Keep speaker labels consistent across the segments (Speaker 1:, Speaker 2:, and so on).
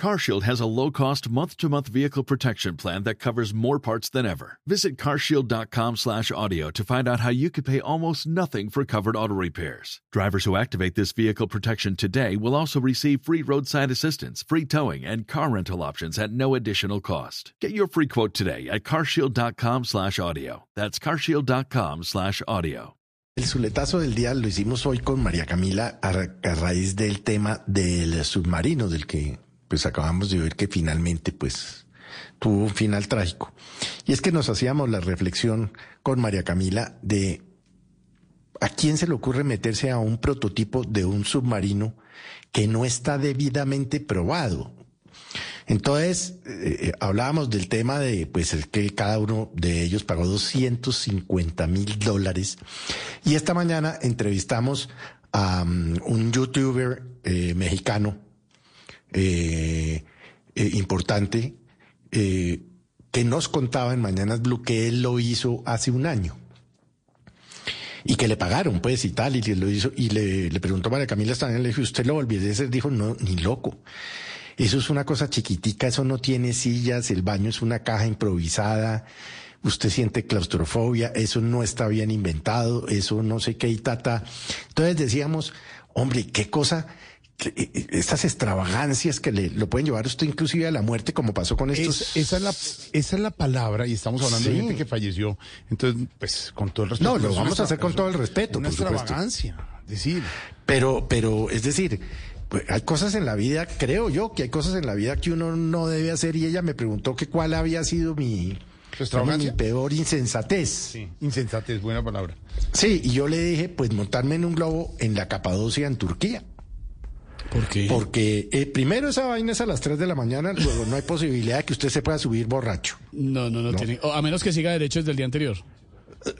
Speaker 1: CarShield has a low-cost month-to-month vehicle protection plan that covers more parts than ever. Visit carshield.com/audio to find out how you could pay almost nothing for covered auto repairs. Drivers who activate this vehicle protection today will also receive free roadside assistance, free towing, and car rental options at no additional cost. Get your free quote today at carshield.com/audio. That's carshield.com/audio.
Speaker 2: El zuletazo del día lo hicimos hoy con María Camila a, ra- a raíz del tema del submarino, del que pues acabamos de oír que finalmente pues tuvo un final trágico. Y es que nos hacíamos la reflexión con María Camila de a quién se le ocurre meterse a un prototipo de un submarino que no está debidamente probado. Entonces, eh, eh, hablábamos del tema de pues el que cada uno de ellos pagó 250 mil dólares. Y esta mañana entrevistamos a um, un youtuber eh, mexicano eh, eh, importante eh, que nos contaba en Mañanas Blue que él lo hizo hace un año y que le pagaron, pues, y tal, y que lo hizo, y le, le preguntó a María Camila Stanley, le dijo, ¿usted lo volvió a hacer? Dijo, no, ni loco. Eso es una cosa chiquitica, eso no tiene sillas, el baño es una caja improvisada, usted siente claustrofobia, eso no está bien inventado, eso no sé qué y tata. Entonces decíamos, hombre, qué cosa, que, eh, eh, estas extravagancias que le, lo pueden llevar a usted inclusive a la muerte, como pasó con estos...
Speaker 3: Es- esa, es la, esa es la palabra, y estamos hablando
Speaker 2: Sí.
Speaker 3: de gente que falleció. Entonces, pues, con todo el respeto.
Speaker 2: No, lo
Speaker 3: es una
Speaker 2: vamos a hacer
Speaker 3: extra-
Speaker 2: con
Speaker 3: es
Speaker 2: todo el respeto,
Speaker 3: Una
Speaker 2: por supuesto.
Speaker 3: extravagancia, decir.
Speaker 2: Pero, pero, es decir, pues, hay cosas en la vida, creo yo, que hay cosas en la vida que uno no debe hacer y ella me preguntó que cuál había sido mi,
Speaker 3: ¿Su extravagancia?
Speaker 2: mi peor insensatez. Sí.
Speaker 3: Sí, insensatez, buena palabra.
Speaker 2: y yo le dije, pues montarme en un globo en la Capadocia, en Turquía.
Speaker 3: ¿Por qué?
Speaker 2: Porque eh, primero esa vaina es a las 3 de la mañana, luego no hay posibilidad de que usted se pueda subir borracho.
Speaker 4: No, no, no, tiene. o a menos que siga derecho desde el día anterior.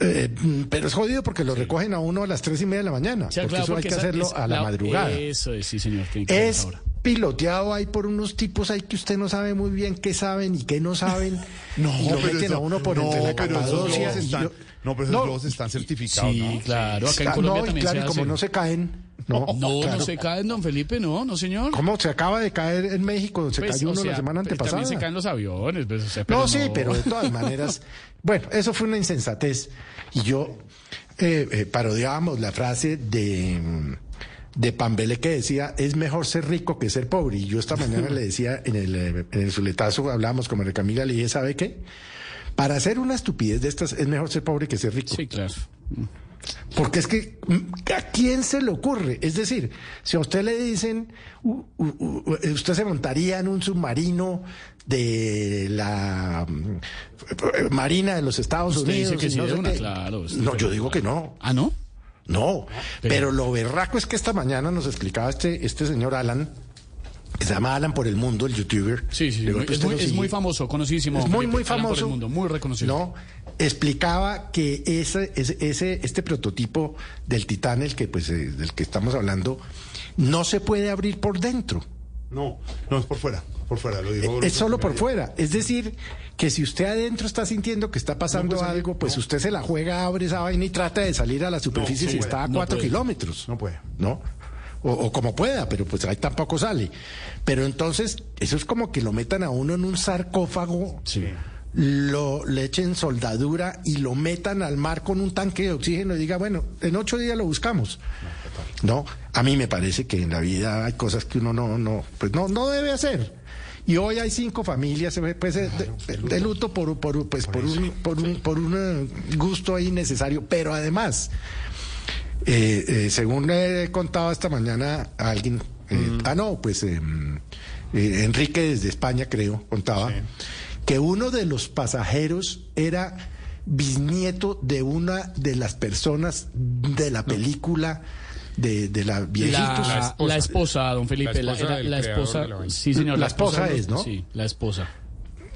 Speaker 2: Eh, mm, pero es jodido porque lo recogen a uno a las 3 y media de la mañana.
Speaker 4: O sea,
Speaker 2: porque
Speaker 4: claro,
Speaker 2: eso hay que
Speaker 4: esa-
Speaker 2: hacerlo
Speaker 4: es- eh,
Speaker 2: a la madrugada.
Speaker 4: Eso es, sí, señor. Tiene que hacer
Speaker 2: Es
Speaker 4: esa hora.
Speaker 2: piloteado ahí por unos tipos ahí que usted no sabe muy bien qué saben y qué no saben.
Speaker 3: No,
Speaker 2: y lo
Speaker 3: pero
Speaker 2: meten
Speaker 3: eso-
Speaker 2: a uno por
Speaker 3: no,
Speaker 2: entre la
Speaker 3: pero esos
Speaker 2: Capadocia.
Speaker 3: globos
Speaker 2: y
Speaker 3: están,
Speaker 2: yo-
Speaker 3: no, pero esos
Speaker 2: No,
Speaker 3: globos están certificados,
Speaker 4: Sí,
Speaker 3: ¿no?
Speaker 4: claro. Acá en
Speaker 2: está-
Speaker 4: Colombia
Speaker 2: no, y
Speaker 4: también
Speaker 2: claro, y
Speaker 4: se
Speaker 2: como
Speaker 4: hace.
Speaker 2: no se caen. No,
Speaker 4: no,
Speaker 2: claro.
Speaker 4: no se cae, don Felipe, no, no, señor.
Speaker 2: ¿Cómo se acaba de caer en México? Se
Speaker 4: Pues,
Speaker 2: cayó
Speaker 4: o
Speaker 2: uno
Speaker 4: sea,
Speaker 2: la semana
Speaker 4: pues,
Speaker 2: antepasada.
Speaker 4: También se caen los aviones. pues, o sea,
Speaker 2: no, sí, pero de todas maneras, bueno, eso fue una insensatez. Y yo eh, eh, parodiábamos la frase de, mm, de Pambele que decía, es mejor ser rico que ser pobre. Y yo esta mañana le decía en el, eh, en el zuletazo, hablábamos con María Camila, le dije, ¿sabe qué? Para hacer una estupidez de estas es mejor ser pobre que ser rico.
Speaker 4: Sí, claro.
Speaker 2: Porque es que, mm, ¿a quién se le ocurre? Es decir, si a usted le dicen, u- u- u- eh, usted se montaría en un submarino de la mm, Marina de los Estados
Speaker 4: Usted
Speaker 2: Unidos.
Speaker 4: dice que
Speaker 2: y
Speaker 4: sí
Speaker 2: no
Speaker 4: de
Speaker 2: sé
Speaker 4: una,
Speaker 2: qué.
Speaker 4: claro, usted
Speaker 2: No,
Speaker 4: se
Speaker 2: yo
Speaker 4: monta.
Speaker 2: digo que no.
Speaker 4: Ah, ¿no?
Speaker 2: No,
Speaker 4: Ah, Pero-
Speaker 2: pero lo berraco es que esta mañana nos explicaba este, este señor Alan, que se llama Alan por el mundo, el youtuber.
Speaker 4: Sí, sí, sí,
Speaker 2: Digo,
Speaker 4: muy-
Speaker 2: ¿tú
Speaker 4: es,
Speaker 2: usted
Speaker 4: muy,
Speaker 2: lo
Speaker 4: es
Speaker 2: sigue?
Speaker 4: muy famoso, conocidísimo.
Speaker 2: Es
Speaker 4: don
Speaker 2: muy,
Speaker 4: Felipe,
Speaker 2: muy
Speaker 4: Alan por
Speaker 2: famoso.
Speaker 4: el mundo, muy reconocido.
Speaker 2: No, explicaba que ese, ese, ese- este prototipo del Titán, el que, pues, eh, del que estamos hablando, no se puede abrir por dentro.
Speaker 3: No, no, es por fuera, por fuera, lo dijo.
Speaker 2: Eh, Es solo por fuera. Es decir, que si usted adentro está sintiendo que está pasando algo, pues usted se la juega, abre esa vaina y trata de salir a la superficie
Speaker 3: sí
Speaker 2: si
Speaker 3: puede,
Speaker 2: está a
Speaker 4: no
Speaker 2: cuatro
Speaker 4: puede.
Speaker 2: kilómetros.
Speaker 3: No puede.
Speaker 2: ¿no? O, o como pueda, pero pues ahí tampoco sale. Pero entonces, eso es como que lo metan a uno en un sarcófago,
Speaker 4: Sí.
Speaker 2: lo, le echen soldadura y lo metan al mar con un tanque de oxígeno y diga, bueno, en ocho días lo buscamos. No, a mí me parece que en la vida hay cosas que uno no, no, pues no, no debe hacer. Y hoy hay cinco familias eh, pues, eh, de, de luto por, por, pues, por, un, por, un, por un eh, gusto ahí necesario, pero además... Eh, eh, según le he contado esta mañana a alguien, eh, ah, no, pues eh, eh, Enrique desde España, creo, contaba que uno de los pasajeros era bisnieto de una de las personas de la película de, de la viejitos.
Speaker 4: La,
Speaker 3: esposa.
Speaker 4: la esposa, don Felipe.
Speaker 3: La
Speaker 4: La
Speaker 3: esposa
Speaker 4: era-
Speaker 3: del
Speaker 4: la
Speaker 3: creador
Speaker 4: esposa.
Speaker 3: de la vaina.
Speaker 4: sí, señor.
Speaker 2: La esposa es, ¿no?
Speaker 4: Sí, la esposa.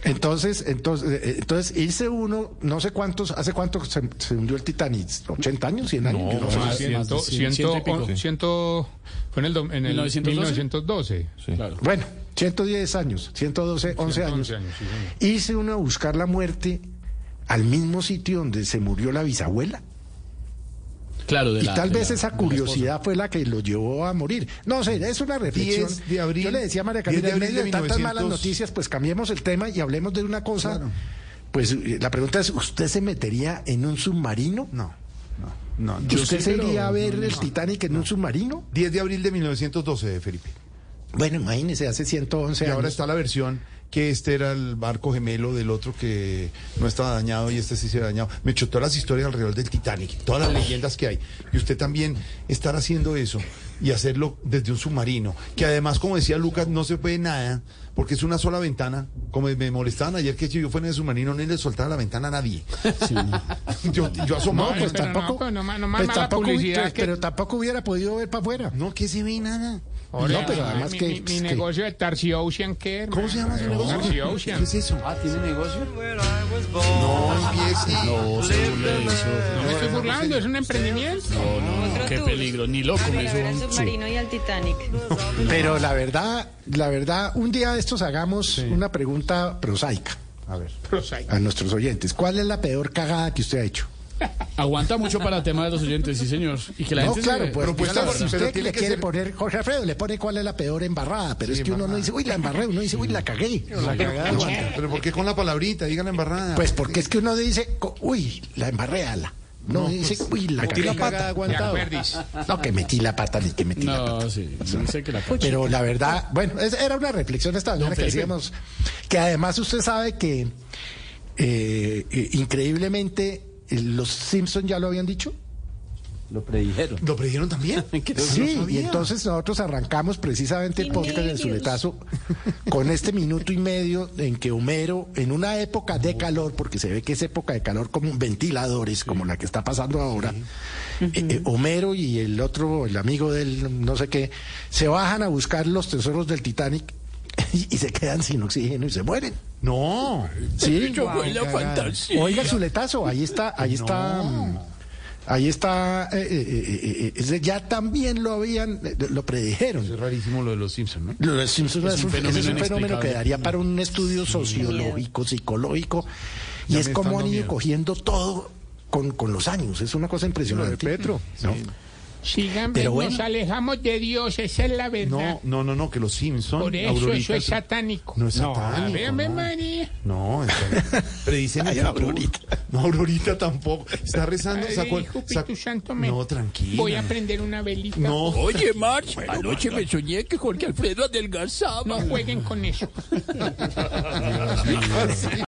Speaker 2: Entonces, entonces, eh, entonces, irse uno, no sé cuántos, hace cuánto se, se hundió el Titanic, 80 años, 100 años, yo no sé.
Speaker 4: más- más de
Speaker 5: Ciento,
Speaker 4: cien- ciento y pico.
Speaker 5: ciento, ciento- fue en el, dom- en el
Speaker 4: 1912.
Speaker 5: 1912.
Speaker 4: Claro.
Speaker 2: Bueno, 110 años, 112, 11 años.
Speaker 5: 111 años, sí, señor.
Speaker 2: Hice uno a buscar la muerte al mismo sitio donde se murió la bisabuela.
Speaker 4: Claro, de
Speaker 2: Y
Speaker 4: la-
Speaker 2: tal
Speaker 4: de
Speaker 2: vez
Speaker 4: la-
Speaker 2: esa
Speaker 4: de la
Speaker 2: curiosidad fue la que lo llevó a morir. No sé, es una reflexión.
Speaker 3: 10 de abril-
Speaker 2: Yo le decía a María
Speaker 3: 10 de
Speaker 2: Camila, en
Speaker 3: abril
Speaker 2: medio de
Speaker 3: de
Speaker 2: tantas malas
Speaker 3: 1900.
Speaker 2: noticias, pues cambiemos el tema y hablemos de una cosa. Pues eh, la pregunta es, ¿usted se metería en un submarino?
Speaker 3: No, no, no. no.
Speaker 2: ¿Usted se iría a ver el Titanic en un submarino?
Speaker 3: 10 de abril de 1912, Felipe.
Speaker 2: Bueno, imagínese, hace 111
Speaker 3: Y ahora
Speaker 2: años.
Speaker 3: está la versión que este era el barco gemelo del otro que no estaba dañado y este sí se había dañado. Me echó todas las historias alrededor del Titanic, todas las leyendas que hay. Y usted también estar haciendo eso y hacerlo desde un submarino, que además, como decía Lucas, no se puede nada, porque es una sola ventana. Como me molestaban ayer que si yo fuera en el submarino, ni le soltaba la ventana a nadie. Yo, yo asomaba.
Speaker 2: No, pues
Speaker 5: No, no, no,
Speaker 2: tampoco.
Speaker 5: pues no más- no más
Speaker 2: pues
Speaker 5: mala
Speaker 2: tampoco
Speaker 5: publicidad
Speaker 2: hubiera-
Speaker 5: que-
Speaker 2: Pero tampoco hubiera podido ver para afuera.
Speaker 3: no, que se ve nada.
Speaker 5: Ahora,
Speaker 2: No, pero además
Speaker 5: mi,
Speaker 2: que-
Speaker 5: mi- mi
Speaker 2: pues, que-
Speaker 5: negocio de Tarsi Ocean, ¿qué?
Speaker 3: ¿Cómo se llama su negocio?
Speaker 5: Tarsi
Speaker 3: ¿Qué
Speaker 5: Ocean.
Speaker 3: es eso?
Speaker 6: Ah, ¿tiene negocio?
Speaker 3: No empiece. No,
Speaker 5: No me estoy burlando, es un emprendimiento.
Speaker 4: Qué peligro, ni loco me
Speaker 7: Para ver al
Speaker 4: subo.
Speaker 7: submarino y al Titanic.
Speaker 2: Pero la verdad, la verdad, un día de estos hagamos una pregunta prosaica
Speaker 3: A ver.
Speaker 2: a nuestros oyentes. ¿Cuál es la peor cagada que usted ha hecho?
Speaker 4: Aguanta mucho para el tema de los oyentes, sí, señor. Y que la
Speaker 2: No,
Speaker 4: gente
Speaker 2: claro,
Speaker 4: se-
Speaker 2: pues
Speaker 3: propuesta
Speaker 2: dígalo,
Speaker 3: gorda.
Speaker 2: si
Speaker 3: Pero
Speaker 2: usted
Speaker 3: tiene
Speaker 2: le
Speaker 3: que
Speaker 2: quiere
Speaker 3: ser-
Speaker 2: poner, Jorge Alfredo, le pone cuál es la peor embarrada, pero es que uno no dice, uy, la embarré, uno dice, uy, la cagué.
Speaker 3: No, pero ¿por qué con la palabrita? Digan la embarrada.
Speaker 2: Pues porque es que uno dice, co- uy, la embarré, ala. No, dice, uy, la cagué.
Speaker 5: Ya, Perdis.
Speaker 2: No, que metí la pata, ni que metí la pata.
Speaker 4: No, sí, no sé que la
Speaker 3: Pues
Speaker 2: Pero la verdad, bueno, es- era una reflexión esta mañana que
Speaker 4: Felipe.
Speaker 2: hacíamos, que además usted sabe que eh, eh, increíblemente eh, los Simpson ya lo habían dicho.
Speaker 6: Lo predijeron.
Speaker 3: ¿Lo predijeron también?
Speaker 2: Sí, y entonces nosotros arrancamos precisamente el podcast del
Speaker 7: Ingenios.
Speaker 2: Zuletazo con este minuto y medio en que Homero, en una época de calor, porque se ve que es época de calor como ventiladores, como la que está pasando ahora, eh, eh, Homero y el otro, el amigo del no sé qué, se bajan a buscar los tesoros del Titanic y se quedan sin oxígeno y se mueren.
Speaker 3: No.
Speaker 2: Sí,
Speaker 4: la fantasía.
Speaker 2: Oiga, el Zuletazo, ahí está, ahí está. mm, Ahí está, eh, eh, eh, eh, eh, ese ya también lo habían, eh, lo predijeron.
Speaker 3: Es rarísimo lo de los Simpsons, ¿no?
Speaker 2: Lo de Simpson es, un fenómeno, es un fenómeno que
Speaker 4: inexplicable.
Speaker 2: daría para un estudio sociológico, psicológico, y
Speaker 3: Ya
Speaker 2: es
Speaker 3: me
Speaker 2: como
Speaker 3: está
Speaker 2: han
Speaker 3: dando
Speaker 2: ido
Speaker 3: miedo.
Speaker 2: cogiendo todo con, con los años. Es una cosa impresionante. Petro.
Speaker 5: Sigan,
Speaker 2: Pero
Speaker 5: nos
Speaker 2: bueno.
Speaker 5: alejamos de Dios, esa es la verdad.
Speaker 3: No, no, no, no, que los Simpsons.
Speaker 5: Por eso, eso es satánico.
Speaker 3: No es satánico,
Speaker 5: Véame,
Speaker 3: no.
Speaker 5: María.
Speaker 3: No, está- predicen el futuro.
Speaker 2: Aurorita.
Speaker 3: No, Aurorita tampoco. Está rezando.
Speaker 5: Ay,
Speaker 3: sacó-
Speaker 5: hijo,
Speaker 3: sacó-
Speaker 5: Pitu Santo, me-
Speaker 3: No, tranquilo.
Speaker 5: Voy a prender una velita.
Speaker 3: No.
Speaker 8: Oye, Max, anoche me soñé que Jorge Alfredo adelgazaba.
Speaker 5: No jueguen con eso.